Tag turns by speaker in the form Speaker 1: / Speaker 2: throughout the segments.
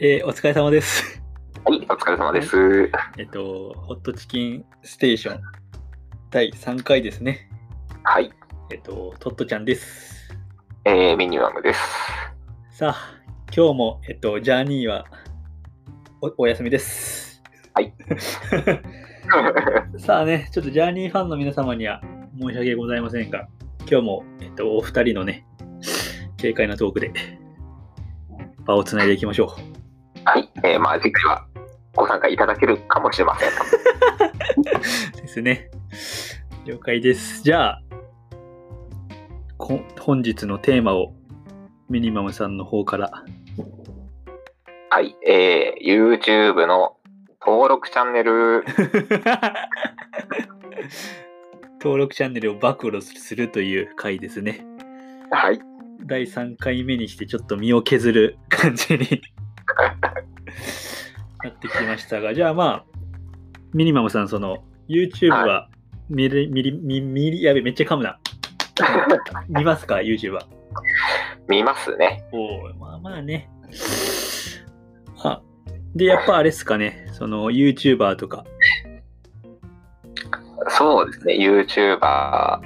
Speaker 1: えーお疲れ様です。
Speaker 2: はい、お疲れ様です。
Speaker 1: えっと、ホットチキンステーション第3回ですね。
Speaker 2: はい、
Speaker 1: えっと、トットちゃんです。
Speaker 2: えー、ミニマムです。
Speaker 1: さあ、今日も、えっと、ジャーニーはおお休みです。
Speaker 2: はい。
Speaker 1: さあね、ちょっとジャーニーファンの皆様には申し訳ございませんが、今日も、えっと、お二人のね、軽快なトークで場をつないでいきましょう。
Speaker 2: はい、えー、まあ次回はご参加いただけるかもしれません。
Speaker 1: ですね。了解です。じゃあ、こ本日のテーマをミニマムさんの方から。
Speaker 2: はい、えー、YouTube の登録チャンネル。
Speaker 1: 登録チャンネルを暴露するという回ですね。
Speaker 2: はい、
Speaker 1: 第3回目にしてちょっと身を削る感じになってきましたが、じゃあまあ、ミニマムさん、その YouTube は見れ、見り見見りやべ、めっちゃ噛むな。見ますか、YouTube は。
Speaker 2: 見ますね。
Speaker 1: おーまあまあね。 あ、で、やっぱあれっすかね、その YouTuber とか。
Speaker 2: そうですね、YouTuber。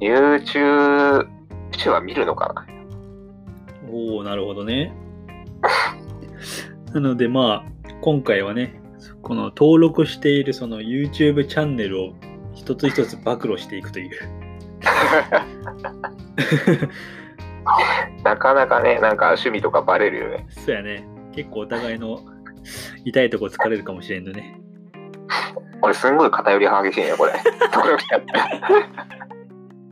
Speaker 2: YouTube は見るのかな
Speaker 1: おおなるほどね。なのでまあ、今回はね、この登録しているその YouTube チャンネルを一つ一つ暴露していくという。
Speaker 2: なかなかね、なんか趣味とかバレるよね。
Speaker 1: そうやね。結構お互いの痛いとこ疲れるかもしれんのね。
Speaker 2: 俺すんごい偏りが激しいね、これ。登録チャンネ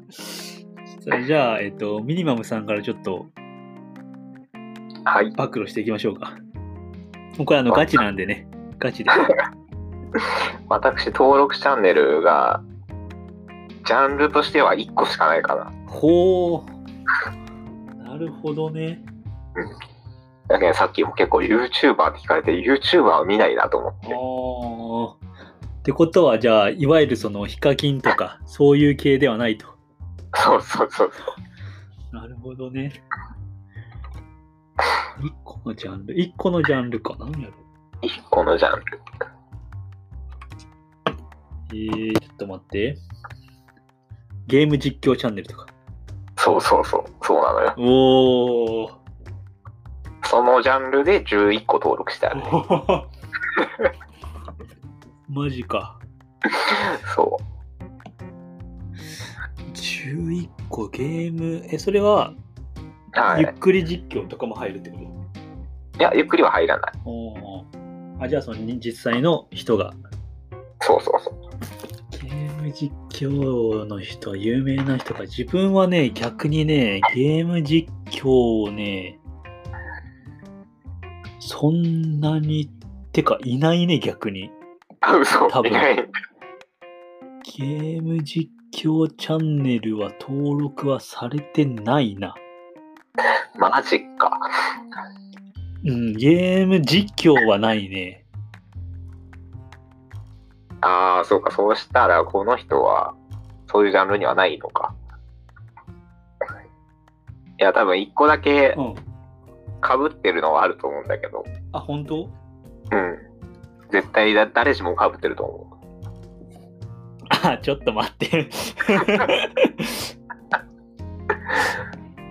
Speaker 2: ル。
Speaker 1: それじゃあ、えっと、ミニマムさんからちょっと
Speaker 2: はい、
Speaker 1: 暴露していきましょうか。もうこれあのガチなんでね。ガチで。
Speaker 2: 私登録チャンネルが、ジャンルとしては1個しかないかな。
Speaker 1: ほう。なるほどね。
Speaker 2: だけどさっきも結構 YouTuber って聞かれて YouTuber を見ないなと思っ
Speaker 1: あ
Speaker 2: て
Speaker 1: あ。ってことは、じゃあ、いわゆるその、ヒカキンとか、そういう系ではないと。
Speaker 2: そうそうそうそう
Speaker 1: なるほどね。一個のジャンル、一個のジャンルか。なんやろ。
Speaker 2: 1個のジャンル
Speaker 1: えー、ちょっと待って。ゲーム実況チャンネルとか。
Speaker 2: そうそうそうそうなのよ
Speaker 1: おー。
Speaker 2: そのジャンルで11個登録してある
Speaker 1: マジか。
Speaker 2: そ
Speaker 1: 11個ゲーム、え、それは、
Speaker 2: うはい
Speaker 1: ゆっくり実況とかも入るってこと
Speaker 2: いやゆっくりは入らない
Speaker 1: おあじゃあそのに実際の人が
Speaker 2: そうそうそう
Speaker 1: ゲーム実況の人有名な人が自分はね逆にねゲーム実況をねそんなにてかいないね逆に
Speaker 2: あ嘘
Speaker 1: 多分
Speaker 2: いない
Speaker 1: ゲーム実況チャンネルは登録はされてないな
Speaker 2: マジか
Speaker 1: うんゲーム実況はないね
Speaker 2: ああそうかそうしたらこの人はそういうジャンルにはないのかいや多分1個だけ
Speaker 1: うん
Speaker 2: かぶってるのはあると思うんだけど
Speaker 1: あ本当
Speaker 2: うん絶対だ誰しもかぶってると思う
Speaker 1: あ、ちょっと待って。 えええええ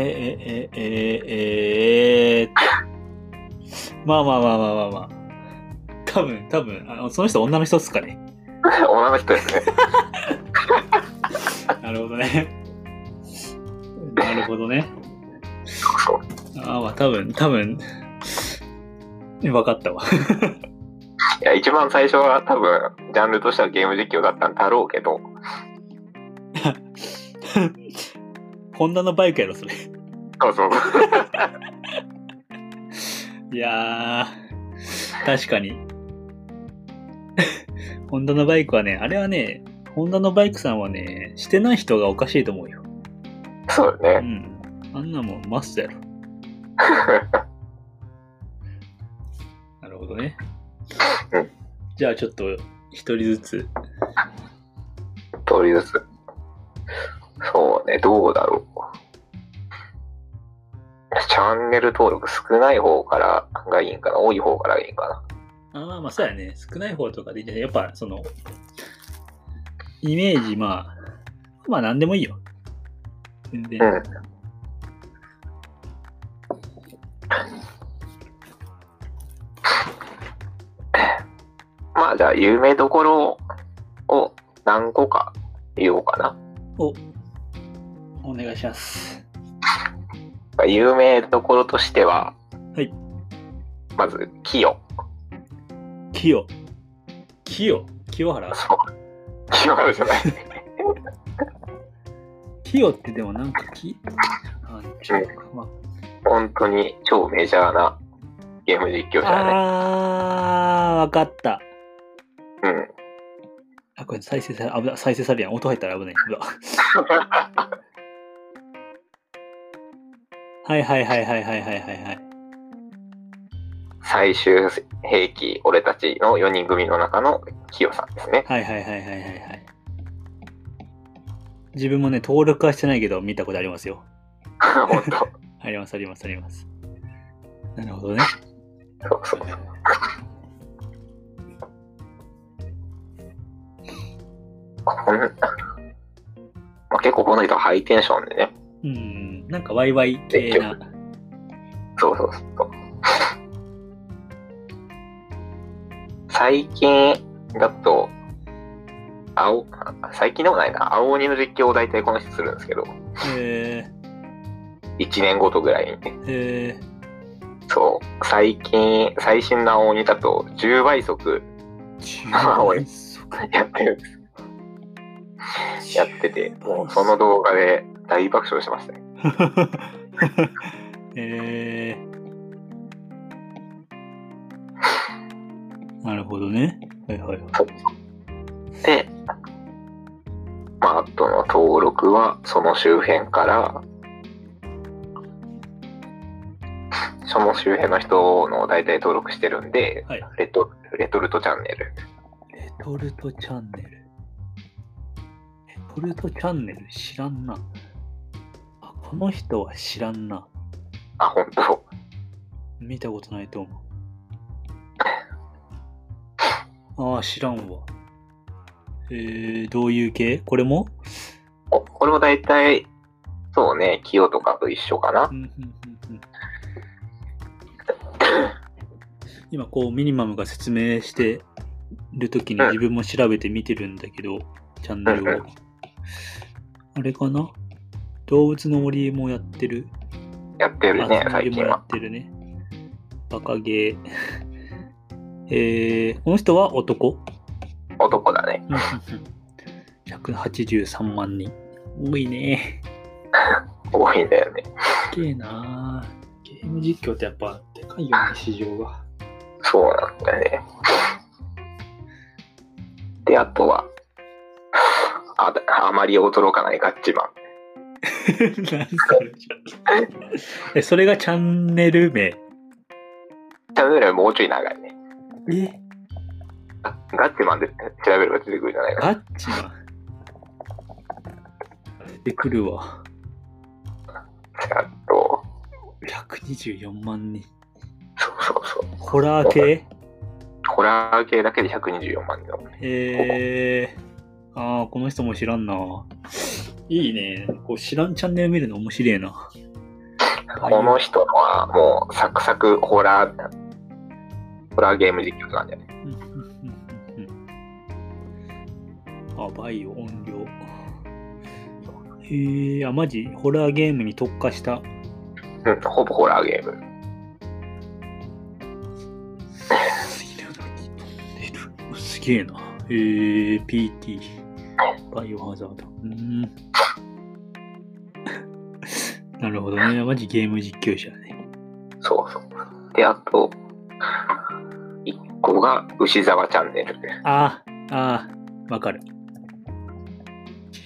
Speaker 1: ええええまあまあまあまあまあまあ。多分多分あのその人女の人っすかね。
Speaker 2: 女の人ですね。
Speaker 1: なるほどね。なるほどね。ああまあ多分多分分かったわ。
Speaker 2: いや、一番最初は多分、ジャンルとしてはゲーム実況だったんだろうけど、
Speaker 1: ホンダのバイクやろそれ。
Speaker 2: そうそう。
Speaker 1: いやー、確かに。 ホンダのバイクはね、あれはね、ホンダのバイクさんはね、してない人がおかしいと思うよ。
Speaker 2: そう
Speaker 1: う
Speaker 2: だね。
Speaker 1: ん。あんなもんマスト やろ。なるほどね
Speaker 2: うん。
Speaker 1: じゃあちょっと、一人ずつ。
Speaker 2: とりあえず。そうね、どうだろう。チャャンネル登録少ない方からがいいんかな多い方からがいいんかな
Speaker 1: ああ、まあそうやね。少ない方とかでいいんじゃないやっぱその、イメージ、まあ、まあ何でもいいよ。全然。
Speaker 2: うんまあじゃあ有名どころを何個か言おうかな。
Speaker 1: お、お願いします。
Speaker 2: 有名どころとしては、
Speaker 1: はい。
Speaker 2: まず、清。
Speaker 1: 清。清。清原
Speaker 2: そう。清原じゃ ない。
Speaker 1: 清ってでもなんかき、あちょっとま
Speaker 2: 本当に超メジャーなゲーム実況者だね。
Speaker 1: あ、あー、わかった。
Speaker 2: うん。
Speaker 1: あ、これ再生され、危ない。再生されるやん。音入ったら危ない。うわはいはいはいはいはいはいはいはい。
Speaker 2: 最終兵器、俺たちの4人組の中の清さんですね。
Speaker 1: はいはいはいはいはいはい。自分もね、登録はしてないけど、見たことありますよ。
Speaker 2: 本当。
Speaker 1: ありますありますあります。なるほどね。
Speaker 2: そうそう。こんまあ、結構この人はハイテンションでね。
Speaker 1: うん、なんかワイワイ系な。
Speaker 2: そうそうそう。最近だと、青、最近でもないな、青鬼の実況を大体この人するんですけど、
Speaker 1: え
Speaker 2: 1年ごとぐらいにね。
Speaker 1: ー、え
Speaker 2: そう、最近、最新の青鬼だと10倍
Speaker 1: ー、
Speaker 2: 速
Speaker 1: 中
Speaker 2: あ俺
Speaker 1: そっ か
Speaker 2: やってるんですやってて、もうその動画で大爆笑しましたね。
Speaker 1: えー、なるほどね。はいはいはい。
Speaker 2: で、まあ、あとの登録は、その周辺から、その周辺の人の大体登録してるんで、
Speaker 1: はい
Speaker 2: レトレトルトチャンネル。
Speaker 1: レトルトチャンネル。レトルトチャンネル知らんな。あ、この人は知らんな。
Speaker 2: あ、本当
Speaker 1: 見たことないと思 う。ああ、知らんわ。えー、どういう系これも
Speaker 2: おこれも大体、そうね、キヨとかと一緒かな
Speaker 1: う。んうんうんうん今こうミニマムが説明してる時に
Speaker 2: うん
Speaker 1: 自分も調べて見てるんだけど、チャンネルを。あれかな動物の森もやってる。
Speaker 2: やってるね
Speaker 1: あ、
Speaker 2: 最
Speaker 1: も
Speaker 2: 近
Speaker 1: や
Speaker 2: は。
Speaker 1: ってるね。バカゲー。 えー、この人は男
Speaker 2: 男だね。
Speaker 1: ?183 万人。多いね。
Speaker 2: 多いんだよね。
Speaker 1: すげえなゲーム実況ってやっぱでかいよね、市場 が。
Speaker 2: そうなんだよね。で、あとは、あだあまり驚かないガッチマン。
Speaker 1: 何それえ、それがチャンネル名。
Speaker 2: チャンネルはもうちょい長いね。
Speaker 1: え
Speaker 2: あガッチマンで調べれば出てくるんじゃないかな。
Speaker 1: ガッチマン。出てくるわ。
Speaker 2: あと、
Speaker 1: 124万人。
Speaker 2: そうそうそう。
Speaker 1: ホラー系
Speaker 2: ホラー系だけで124万だもんね。
Speaker 1: えー。ああ、この人も知らんな。いいね。こう知らんチャンネル見るの面白いな。
Speaker 2: この人のはもうサクサクホラー、ホラーゲーム実況なんじゃない
Speaker 1: うんうんうんうんうんあ、バイオ音量。えー、あ、マジホラーゲームに特化 した。
Speaker 2: うん、ほぼホラーゲーム。
Speaker 1: すげえな。えー、PT。バイオハザード。うーん。 なるほどね。マジゲーム実況者だね。
Speaker 2: そうそう。で、あと、1個が牛沢チャンネル。
Speaker 1: ああ、わかる。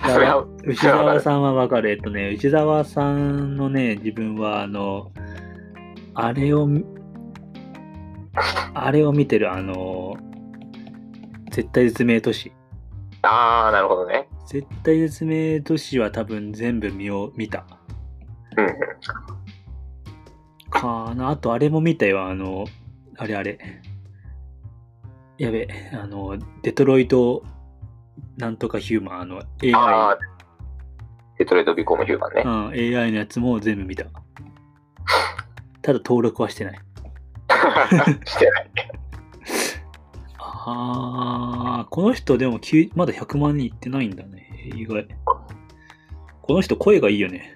Speaker 2: それは
Speaker 1: 内沢さんはわかる。えっとね、内沢さんのね、自分は、あの、あれをみ、あれを見てる、あの、絶対絶命都市。
Speaker 2: あー、なるほどね。
Speaker 1: 絶対絶命都市は多分全部見を見た。
Speaker 2: うんうん。
Speaker 1: あーなあとあれも見たよ、あの、あれあれ。やべ、あの、デトロイト、なんとかヒューマン、あの、
Speaker 2: あ
Speaker 1: AI、
Speaker 2: あ、デトロイトビコムヒューマンね
Speaker 1: う。ん、AI のやつも全部見た。 ただ登録はしてない。
Speaker 2: してない。
Speaker 1: ああ、この人でもきゅうまだ100万人いってないんだね。意外。この人声がいいよね。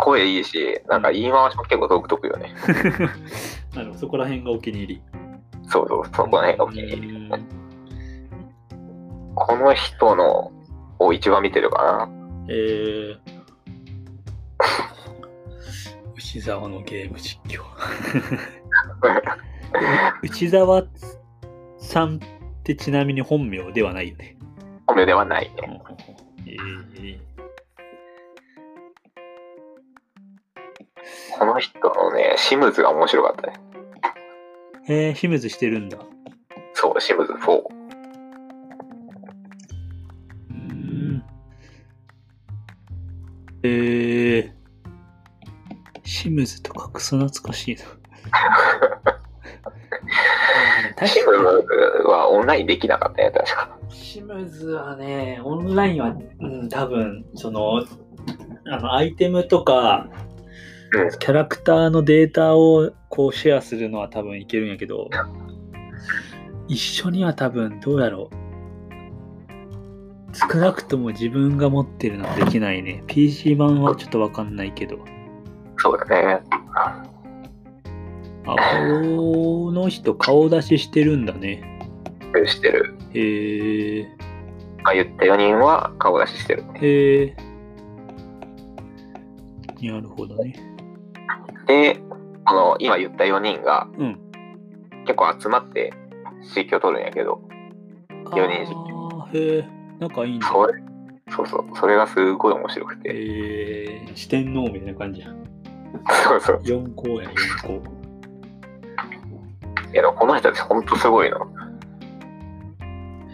Speaker 2: 声いいし、なんか言い回しも結構独特よね。
Speaker 1: あのそこら辺がお気に入り。
Speaker 2: そうそう、そこら辺がお気に入り。
Speaker 1: うん
Speaker 2: この人のを一番見てるか
Speaker 1: えー、牛沢のゲーム実 況。
Speaker 2: な。
Speaker 1: 内沢さんってちなみに本名ではないよね。
Speaker 2: これではないね。
Speaker 1: えー
Speaker 2: この人のね、シムズが面白かったね。
Speaker 1: えー、清水してるんだ。う
Speaker 2: そう、シムズ4。
Speaker 1: ーんえー、清水とかクソ懐かしいな。あーでも
Speaker 2: シ
Speaker 1: 確
Speaker 2: ムズ
Speaker 1: かに
Speaker 2: はオンラインできなかったね、確か。
Speaker 1: シムズはね、オンラインは、うん、多分、その、あの、アイテムとか、
Speaker 2: うん
Speaker 1: キャラクターのデータをこうシェアするのは多分いけるんやけど、一緒には多分どうやろう。少なくとも自分が持ってるのはできないね。PC 版はちょっとわかんないけど。
Speaker 2: そうだね。
Speaker 1: あ、この人顔出ししてるんだね。
Speaker 2: してる。
Speaker 1: へえー。
Speaker 2: あ、言った4人は顔出ししてるね。
Speaker 1: へえー。なるほどね。
Speaker 2: で、この今言った4人が
Speaker 1: うん。
Speaker 2: 結構集まって実況取るんやけど、四人時
Speaker 1: あーへえ、仲いいんだ。
Speaker 2: それ、そうそう、それがすごい面白くて。
Speaker 1: えー、四天王みたいな感じや。
Speaker 2: そうそう。
Speaker 1: 4校や、4校。
Speaker 2: けど、この人たちほんとすごいの。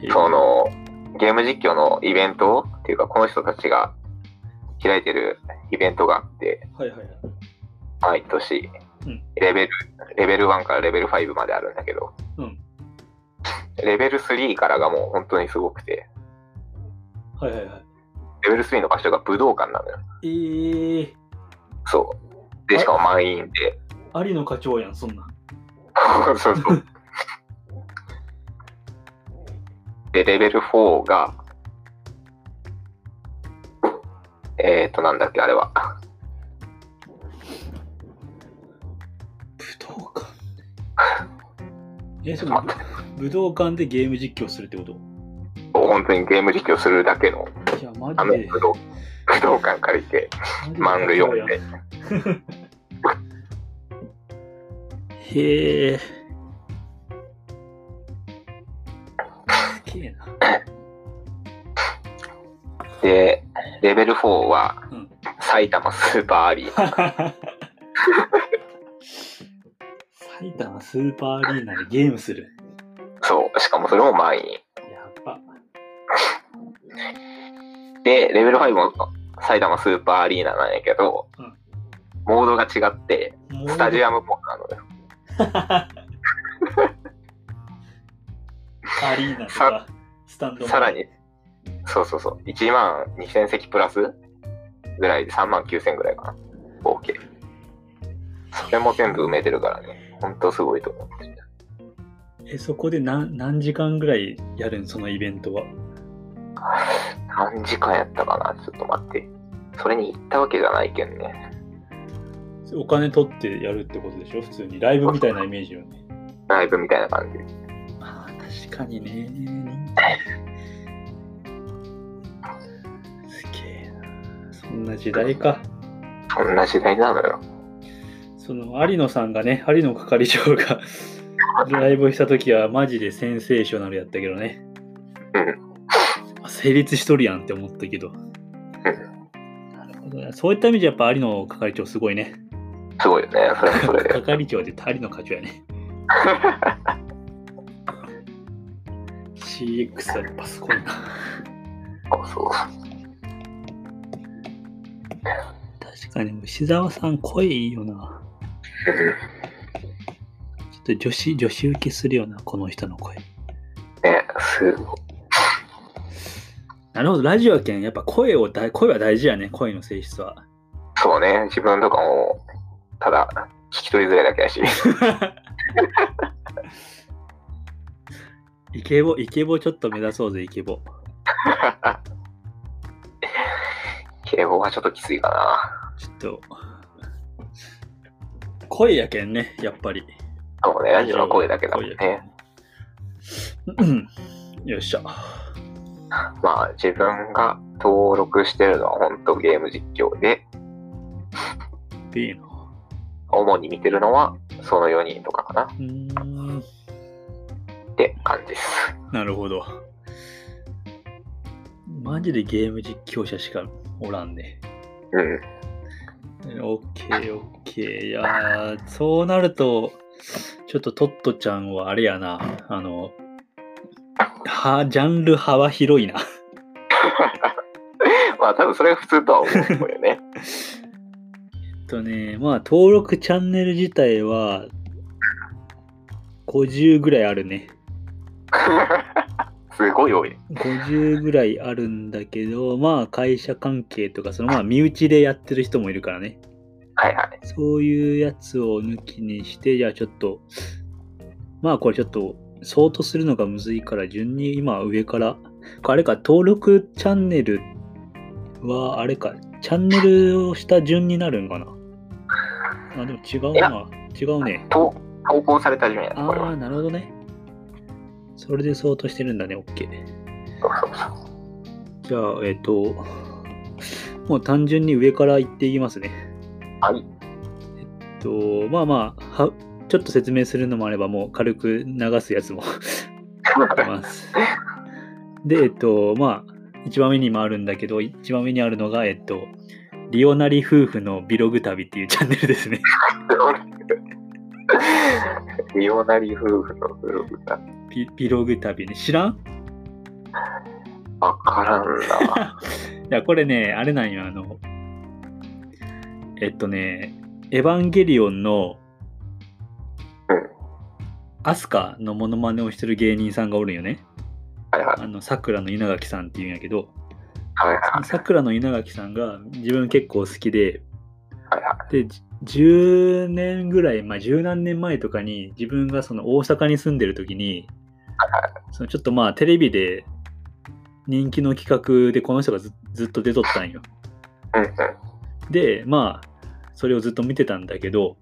Speaker 1: へー
Speaker 2: その、ゲーム実況のイベントっていうか、この人たちが開いてるイベントがあって、
Speaker 1: はいはいはい。
Speaker 2: 毎年
Speaker 1: うん、
Speaker 2: レベル、レベル1からレベル5まであるんだけど、
Speaker 1: うん
Speaker 2: レベル3からがもう本当にすごくて、
Speaker 1: はいはいはい。
Speaker 2: レベル3の場所が武道館なのよ。
Speaker 1: えー、
Speaker 2: そう。で、しかも満員で、
Speaker 1: 有野課長やん、そんなん。
Speaker 2: そうそう。で、レベル4が、えっ、ー、と、なんだっけ、あれは。
Speaker 1: 武道館。え、その武道館でゲーム実況するってこと
Speaker 2: 本当にゲーム実況するだけの、
Speaker 1: いや、マ
Speaker 2: あ
Speaker 1: ジ
Speaker 2: の
Speaker 1: で
Speaker 2: 武。道武道館借りて、漫画読んで。
Speaker 1: へえ。すげえな。
Speaker 2: で、レベル4は
Speaker 1: うん、
Speaker 2: 埼玉スーパー アリーナ。
Speaker 1: 埼玉スーパーアリーナでゲームする。
Speaker 2: そう、しかもそれも満員。
Speaker 1: やっぱ。
Speaker 2: で、レベル5も埼玉スーパーアリーナなんやけど、
Speaker 1: うん
Speaker 2: モードが違って、スタジアムもなのよ。
Speaker 1: アリーナとか、スタンドも
Speaker 2: さらに。、そうそうそう、1万2000席プラスぐらいで3万9000ぐらいかな、合計。それも全部埋めてるからね、ほんとすごいと思う。
Speaker 1: え、そこで何何時間ぐらいやるんそのイベントは。
Speaker 2: 何時間やったかな、ちょっと待って。それに行ったわけじゃないけんね。
Speaker 1: お金取ってやるってことでしょ普通に。ライブみたいなイメージよね。
Speaker 2: ライブみたいな感じ。
Speaker 1: まあ、確かにね。 すげえな。そんな時代か。
Speaker 2: そんな時代なのよ。
Speaker 1: その有野さんがね、有野係長 がライブしたときはマジでセンセーショナルやったけどね。
Speaker 2: うん。
Speaker 1: 成立しとるやんって思ったけど。なるほどねそういった意味じゃやっぱ有野係長すごいね。
Speaker 2: すごいよね、それもそ れで。
Speaker 1: 係長で有野課長や ね。CX はやっぱすごいな。
Speaker 2: そうそう。
Speaker 1: 確かに、牛沢さん声いいよな。ちょっと女子、女子受けするよな、この人の声。
Speaker 2: ね、すごい。
Speaker 1: なるほど、ラジオやけん、やっぱ声をだい、声は大事やね、声の性質は。
Speaker 2: そうね、自分とかも、ただ、聞き取りづらいだけやし。
Speaker 1: イケボ、イケボちょっと目指そうぜ、イケボ。
Speaker 2: 敬語はちょっときついかな。
Speaker 1: ちょっと。声やけんね、やっぱり。
Speaker 2: そうね、ラジオの声だけだもん
Speaker 1: 声や
Speaker 2: ね。
Speaker 1: けんね。うんよっしゃ。
Speaker 2: まあ、自分が登録してるのは本当ゲーム実況で、
Speaker 1: いいな。
Speaker 2: 主に見てるのはその4人とかかな
Speaker 1: うーん。
Speaker 2: って感じです。
Speaker 1: なるほど。マジでゲーム実況者しかおらんね。
Speaker 2: うん。
Speaker 1: オッケーオッケー。いやーそうなると、ちょっとトットちゃんはあれやな。あの、は、ジャンル派は広いな。
Speaker 2: まあ、多分それが普通とは思うよね。
Speaker 1: えっとね、まあ、登録チャンネル自体は、50ぐらいあるね。
Speaker 2: すごい多い。
Speaker 1: 50ぐらいあるんだけど、まあ、会社関係とか、その、まあ、身内でやってる人もいるからね。
Speaker 2: はいはい。
Speaker 1: そういうやつを抜きにして、じゃあちょっと、まあこれちょっと、相当するのがむずいから、順に今上から、あれか、登録チャンネルは、あれか、チャンネルをした順になるんかな。あ、でも違う
Speaker 2: いや
Speaker 1: な。違うね。
Speaker 2: と、投稿された順やね、
Speaker 1: あ
Speaker 2: これは
Speaker 1: あ、。なるほどね。それで相当してるんだね、OK。
Speaker 2: そうそうそう。
Speaker 1: じゃあ、えっ、と、もう単純に上から行っていきますね。
Speaker 2: はい。
Speaker 1: えっとまあまあはちょっと説明するのもあればもう軽く流すやつもあり ますでえっとまあ一番目にもあるんだけど一番目にあるのがえっとリオナリ夫婦のビログ旅っていうチャンネルですね
Speaker 2: リオナリ夫婦のブログだ。
Speaker 1: ビビログ旅ね知らん
Speaker 2: わからんな。
Speaker 1: いやこれねあれなんよあのえっとねエヴァンゲリオンの
Speaker 2: うん
Speaker 1: アスカのモノマネをしてる芸人さんがおるんよね
Speaker 2: はいはい。
Speaker 1: あのさくらの稲垣さんっていうんやけど
Speaker 2: はいはいは
Speaker 1: さくらの稲垣さんが自分結構好きで
Speaker 2: いは
Speaker 1: でじ10年ぐらい、まあ、10何年前とかに自分がその大阪に住んでる時にそのちょっとまあテレビで人気の企画でこの人がずずっと出とったんよ
Speaker 2: い。うん うん。
Speaker 1: でまあそれをずっと見てたんだけど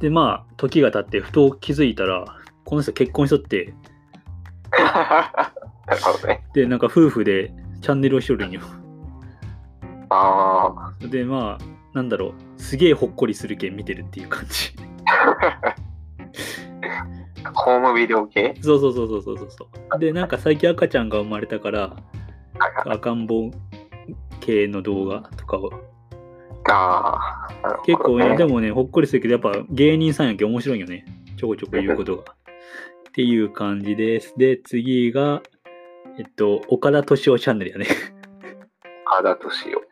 Speaker 1: でまあ時が経ってふと気づいたらこの人結婚しとって
Speaker 2: なるほどね。
Speaker 1: でなんか夫婦でチャンネルをしとるんよ
Speaker 2: あ
Speaker 1: でまあなんだろうすげえほっこりするけん見てるっていう感じ
Speaker 2: あ、ホームビデオ系
Speaker 1: そうそうそうそうそうそうそうでなんか最近赤ちゃんが生まれたから
Speaker 2: はいはい。
Speaker 1: 赤ん坊系の動画とかを
Speaker 2: ああ、なるほど、ね。
Speaker 1: 結構、ね、でもねほっこりするけどやっぱ芸人さんやけん面白いよねちょこちょこ言うことがっていう感じですで次がえっと岡田敏夫チャンネルやね
Speaker 2: 肌としよ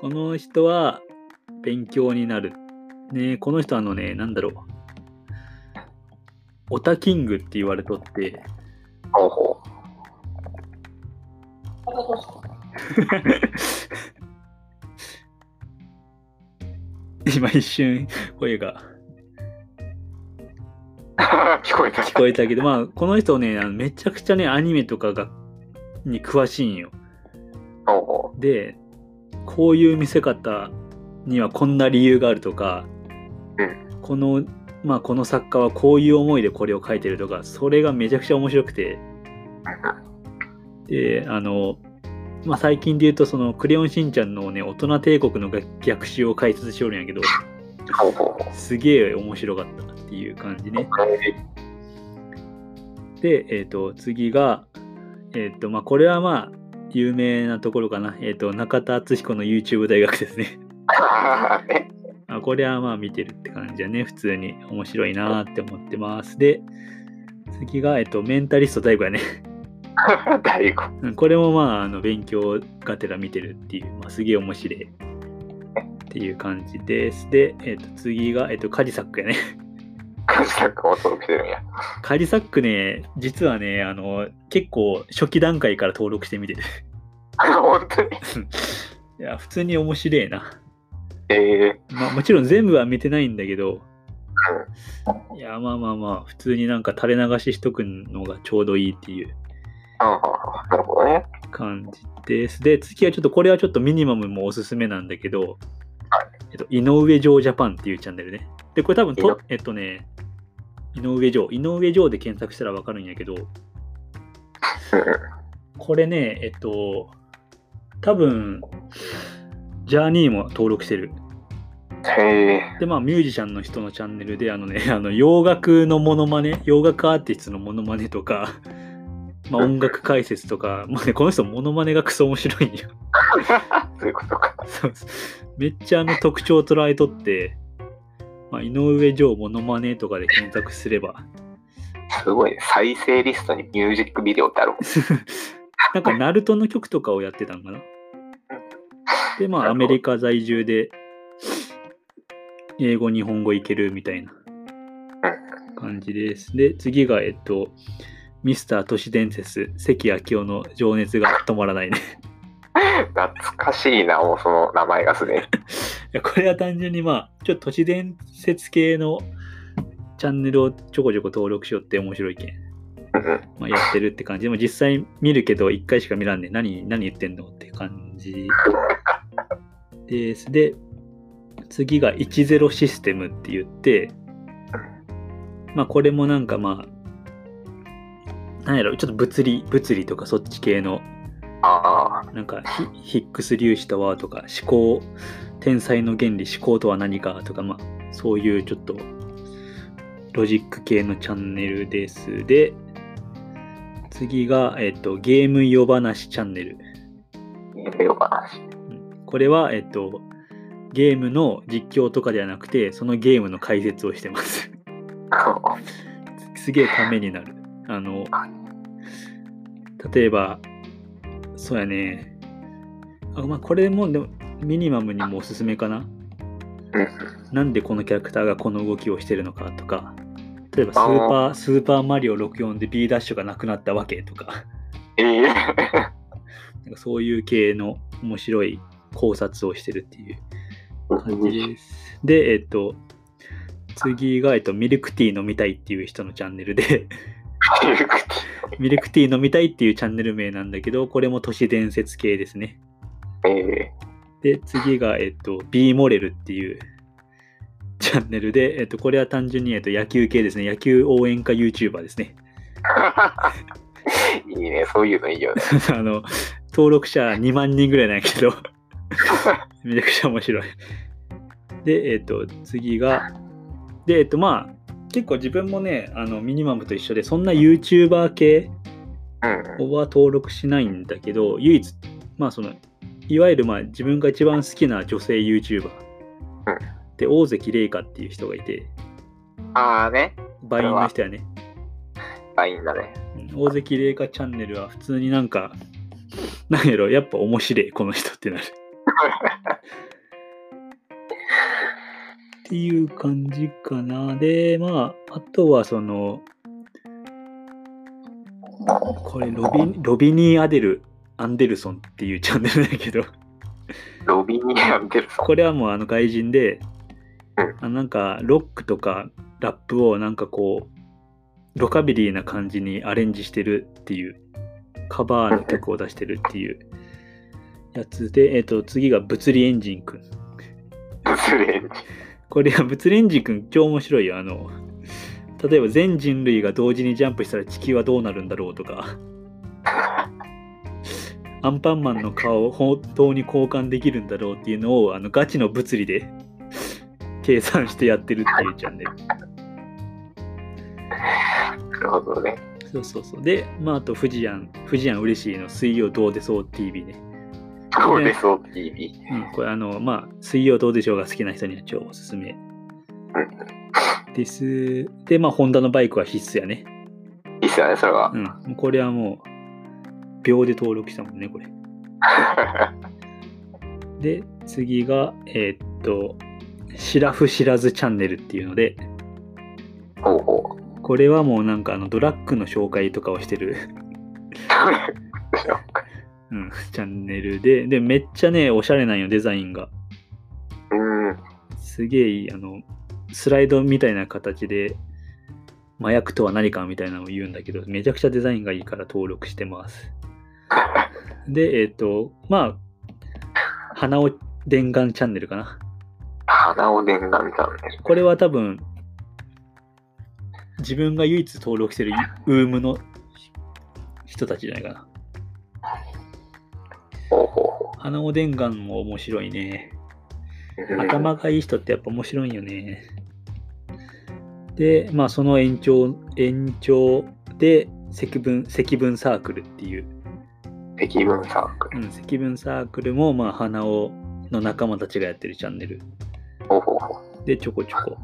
Speaker 1: この人は勉強になるねこの人あのねなんだろうオタキングって言われとって
Speaker 2: う。ほうほう。
Speaker 1: 今一瞬声が
Speaker 2: 聞こえた。
Speaker 1: 聞こえたけど、まあ、この人ね、あのめちゃくちゃね、アニメとかが、に詳しいんよ。
Speaker 2: ほうほ
Speaker 1: で、こういう見せ方にはこんな理由があるとか、
Speaker 2: う
Speaker 1: この、まあ、この作家はこういう思いでこれを書いてるとか、それがめちゃくちゃ面白くて、で、あの、まあ、最近で言うと、その、クレヨンしんちゃんのね、大人帝国の逆逆襲を解説しておるんやけど、
Speaker 2: う。ほうほうほ
Speaker 1: すげえ面白かったっていう感じね。
Speaker 2: う。
Speaker 1: で、えっと次が、えっとまあ、これはまあ有名なところかな、えっと中田敦彦の YouTube 大学ですね
Speaker 2: ね、
Speaker 1: あこれはまあ見てるって感じだね普通に面白いなーって思ってますで次が、えっとメンタリスト大悟やね
Speaker 2: 大悟。
Speaker 1: うんこれもまああの勉強がてら見てるっていう、まあ、すげえ面白いっていう感じです。で、えっ、と、次が、えっ、と、カジサックやね。
Speaker 2: カジサックも登録してるんや。
Speaker 1: カジサックね、実はね、あの、結構初期段階から登録してみてる。
Speaker 2: 本当に。
Speaker 1: いや、普通に面白いな。
Speaker 2: ええ
Speaker 1: まあ、もちろん全部は見てないんだけど、いや、まあまあまあ、普通になんか垂れ流ししとくのがちょうどいいっていう
Speaker 2: ああ、なるほどね。
Speaker 1: 感じです。で、次はちょっと、これはちょっとミニマムもおすすめなんだけど、えっと、井上城ジャパンっていうチャンネルね。で、これ多分
Speaker 2: 井上
Speaker 1: と、えっとね、井上城、井上城で検索したらわかるんやけど、
Speaker 2: うんうん
Speaker 1: これね、えっと、多分、ジャーニーも登録してる。
Speaker 2: へえ。
Speaker 1: でまあミュージシャンの人のチャンネルであのね あの洋楽のモノマネ洋楽アーティストのモノマネとか、まあ、音楽解説とかもうねこの人モノマネがクソ面白いんよ
Speaker 2: そういうことか。
Speaker 1: そうそうめっちゃあの特徴を捉えとって、まあ、井上城モノマネとかで検索すれば
Speaker 2: すごいね。再生リストにミュージックビデオってあるもん。
Speaker 1: なんかナルトの曲とかをやってたんかなでまあアメリカ在住で英語日本語いけるみたいな感じです。で、次が、えっと、ミスター都市伝説、関明夫の情熱が止まらないね。
Speaker 2: 懐かしいな、もうその名前がすでに。
Speaker 1: いやこれは単純にまあ、ちょっと都市伝説系のチャンネルをちょこちょこ登録しよって面白いけん、
Speaker 2: うんうん
Speaker 1: まあ、やってるって感じ。でも実際見るけど、1回しか見らんね何、何言ってんのって感じです。で、次が10システムって言って、まあこれもなんかまあ、なんやろ、ちょっと物理、物理とかそっち系の、
Speaker 2: ああ、
Speaker 1: なんかヒヒックス粒子とはとか、思考、天才の原理、思考とは何かとか、まあそういうちょっとロジック系のチャンネルです。で、次が、えっと、ゲーム夜話チャンネル。
Speaker 2: いいねよ話。
Speaker 1: これは、えっと、ゲームの実況とかではなくて、そのゲームの解説をしてます。 すげえためになる。あの、例えば、そうやね。あまあ、これもでもミニマムにもおすすめかな。
Speaker 2: うん
Speaker 1: なんでこのキャラクターがこの動きをしてるのかとか、例えばスーパー、スーパーマリオ64で B ダッシュがなくなったわけとか、
Speaker 2: ええ
Speaker 1: なんかそういう系の面白い考察をしてるっていう感じです。で、えっと、次が、えっと、ミルクティー飲みたいっていう人のチャンネル で、ミルクティー飲みたいっていうチャンネル名なんだけど、これも都市伝説系ですね。
Speaker 2: ええ
Speaker 1: で、次が、えっと、B モレルっていうチャンネルで、えっと、これは単純に、えっと、野球系ですね。野球応援歌 YouTuber ですね。
Speaker 2: いいね、そういうのいいよね。
Speaker 1: あの、登録者2万人ぐらいなんや けど、めちゃくちゃ面白い。で、えっ、と、次が、で、えっ、と、まあ、結構自分もね、あの、ミニマムと一緒で、そんな YouTuber 系
Speaker 2: うん。
Speaker 1: は登録しないんだけど、唯一、まあ、その、いわゆる、まあ、自分が一番好きな女性 YouTuber
Speaker 2: うん
Speaker 1: で、大関玲香っていう人がいて、
Speaker 2: ああね、
Speaker 1: バインの人やね。
Speaker 2: あ、いいんだね。
Speaker 1: うん大関玲香チャンネルは普通になんか、なんやろ、やっぱ面白い、この人ってなる。っていう感じかな。で、まあ、あとはその、これロビ、ロビニー・アデル、アンデルソンっていうチャンネルだけど、
Speaker 2: ロビニアンデルソン。
Speaker 1: これはもうあの外人で
Speaker 2: うん、
Speaker 1: あなんかロックとかラップをなんかこう、ロカビリーな感じにアレンジしてるっていう、カバーの曲を出してるっていうやつで、えっ、と、次が物理エンジンくん。
Speaker 2: スレンジ。
Speaker 1: これは物理エンジンくん超面白いよ。あの、例えば全人類が同時にジャンプしたら地球はどうなるんだろうとか、アンパンマンの顔を本当に交換できるんだろうっていうのをあのガチの物理で計算してやってるっていうチャンネル。
Speaker 2: なるほどね。
Speaker 1: そうそうそう。で、まああと富士庵、富士庵嬉しいの水曜どうでそう TV ね。
Speaker 2: そうです、TV。
Speaker 1: うん、これあの、まあ、水曜どうでしょうが好きな人には超おすすめ。です。で、まあ、ホンダのバイクは必須やね。
Speaker 2: いいっすよね、それは。
Speaker 1: うん、これはもう、秒で登録したもんね、これ。で、次が、えーっと、シラフ知らずチャンネルっていうので、
Speaker 2: ほうほう。
Speaker 1: これはもうなんかあのドラッグの紹介とかをしてる、 うん、チャンネルで、で、めっちゃね、おしゃれなんよ、デザインが。
Speaker 2: うん。うん。
Speaker 1: すげえいい、あの、スライドみたいな形で、麻薬とは何かみたいなのを言うんだけど、めちゃくちゃデザインがいいから登録してます。で、えっ、と、まあ、花を伝願チャンネルかな。
Speaker 2: 鼻を伝が見たんです。
Speaker 1: これは多分、自分が唯一登録してるウームの人たちじゃないかな。
Speaker 2: ほうほうほ
Speaker 1: 花おでんがんも面白いね。
Speaker 2: う。
Speaker 1: 頭がいい人ってやっぱ面白いよね。で、まあその延長、延長で積分、積分サークルっていう、
Speaker 2: 敵分サーク
Speaker 1: う
Speaker 2: ル。
Speaker 1: ん、積分サークルも、まあ花尾の仲間たちがやってるチャンネル
Speaker 2: ほうほうほ
Speaker 1: でちょこちょこ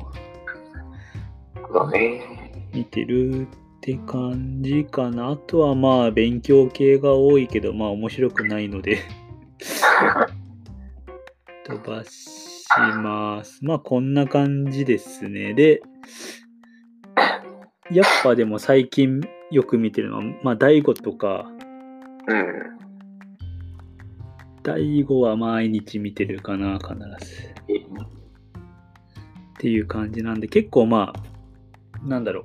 Speaker 2: う。だね。
Speaker 1: 見てるって感じかな。あとはまあ勉強系が多いけど、まあ面白くないので飛ばします。まあこんな感じですね。で、やっぱでも最近よく見てるのは、まあ大悟とか、
Speaker 2: うん。
Speaker 1: 大悟は毎日見てるかな、必ず。っていう感じなんで、結構まあ、なんだろう。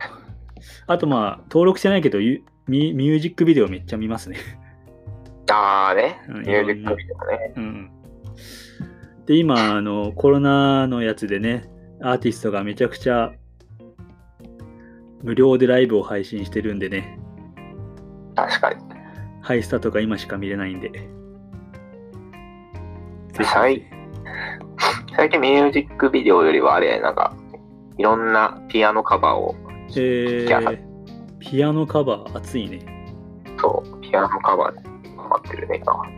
Speaker 1: あとまあ、登録してないけど、ゆミミュージックビデオめっちゃ見ますね。
Speaker 2: あーね。
Speaker 1: うん
Speaker 2: ミュージックビデオね。
Speaker 1: うん。で、今、あの、コロナのやつでね、アーティストがめちゃくちゃ無料でライブを配信してるんでね、
Speaker 2: 確かに。
Speaker 1: ハイスタとか今しか見れないんで。
Speaker 2: はい最近ミュージックビデオよりはあれ、なんか、いろんなピアノカバーを、
Speaker 1: え
Speaker 2: いや
Speaker 1: ー、ピアノカバー、熱いね。
Speaker 2: そう、ピアノカバーにハマってるね、今は。
Speaker 1: こ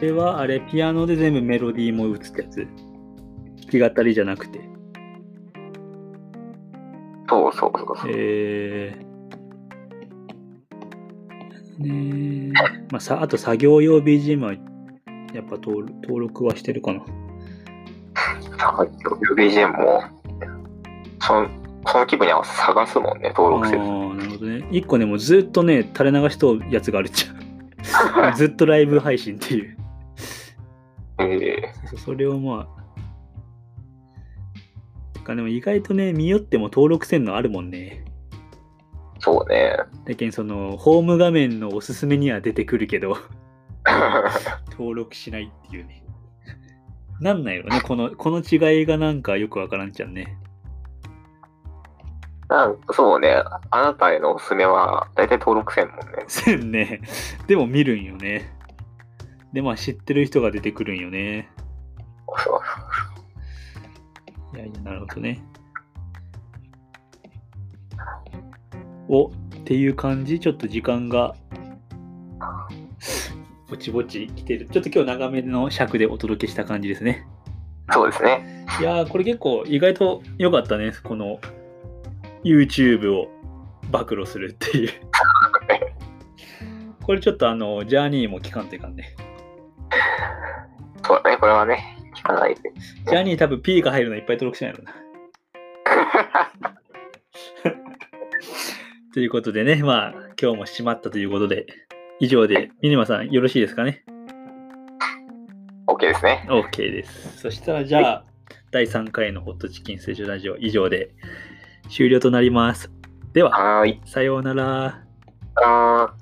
Speaker 1: れはあれ、ピアノで全部メロディーも打つってやつ。弾き語りじゃなくて。
Speaker 2: そうそうそうそう。
Speaker 1: えー、ねーまあ、さあと作業用 BGM はやっぱ登録登録はしてるかな。
Speaker 2: さっきの BGM も、その、その気分に合わせて探すもんね、登録してる。
Speaker 1: ああ、なるほどね。一個ね、もうずっとね、垂れ流しとるやつがあるじ ゃん。ずっとライブ配信っていう。
Speaker 2: え
Speaker 1: そうそうそれをまあ。てかでも意外とね、見よっても登録せんのあるもんね。
Speaker 2: ー、そうね。
Speaker 1: だけんその、ホーム画面のおすすめには出てくるけど。 登録しないっていうね。なんないよね、この、この違いがなんかよくわからんじゃんね。
Speaker 2: なんかそうね、あなたへのおすすめは、大体登録せんもんね。
Speaker 1: せんね。でも見るんよね。で、まあ知ってる人が出てくるんよね。
Speaker 2: そう
Speaker 1: いやいや、なるほどね。お、っていう感じちょっと時間が、ぼちぼち来てる。ちょっと今日長めの尺でお届けした感じですね。
Speaker 2: そうですね。
Speaker 1: いやーこれ結構意外と良かったねこの YouTube を暴露するっていう これちょっとあのジャーニーも聞かんといかんね
Speaker 2: そうだね、これはね、聞かないで。
Speaker 1: ジャーニー多分 P が入るのいっぱい登録しないのなということでねまあ今日も閉まったということで以上でミニマさんよろしいですかね
Speaker 2: OK ですね。
Speaker 1: OK ですそしたらじゃあ、第3回のホットチキン成長ラジオ以上で終了となりますでは
Speaker 2: はーい。
Speaker 1: さようなら
Speaker 2: あー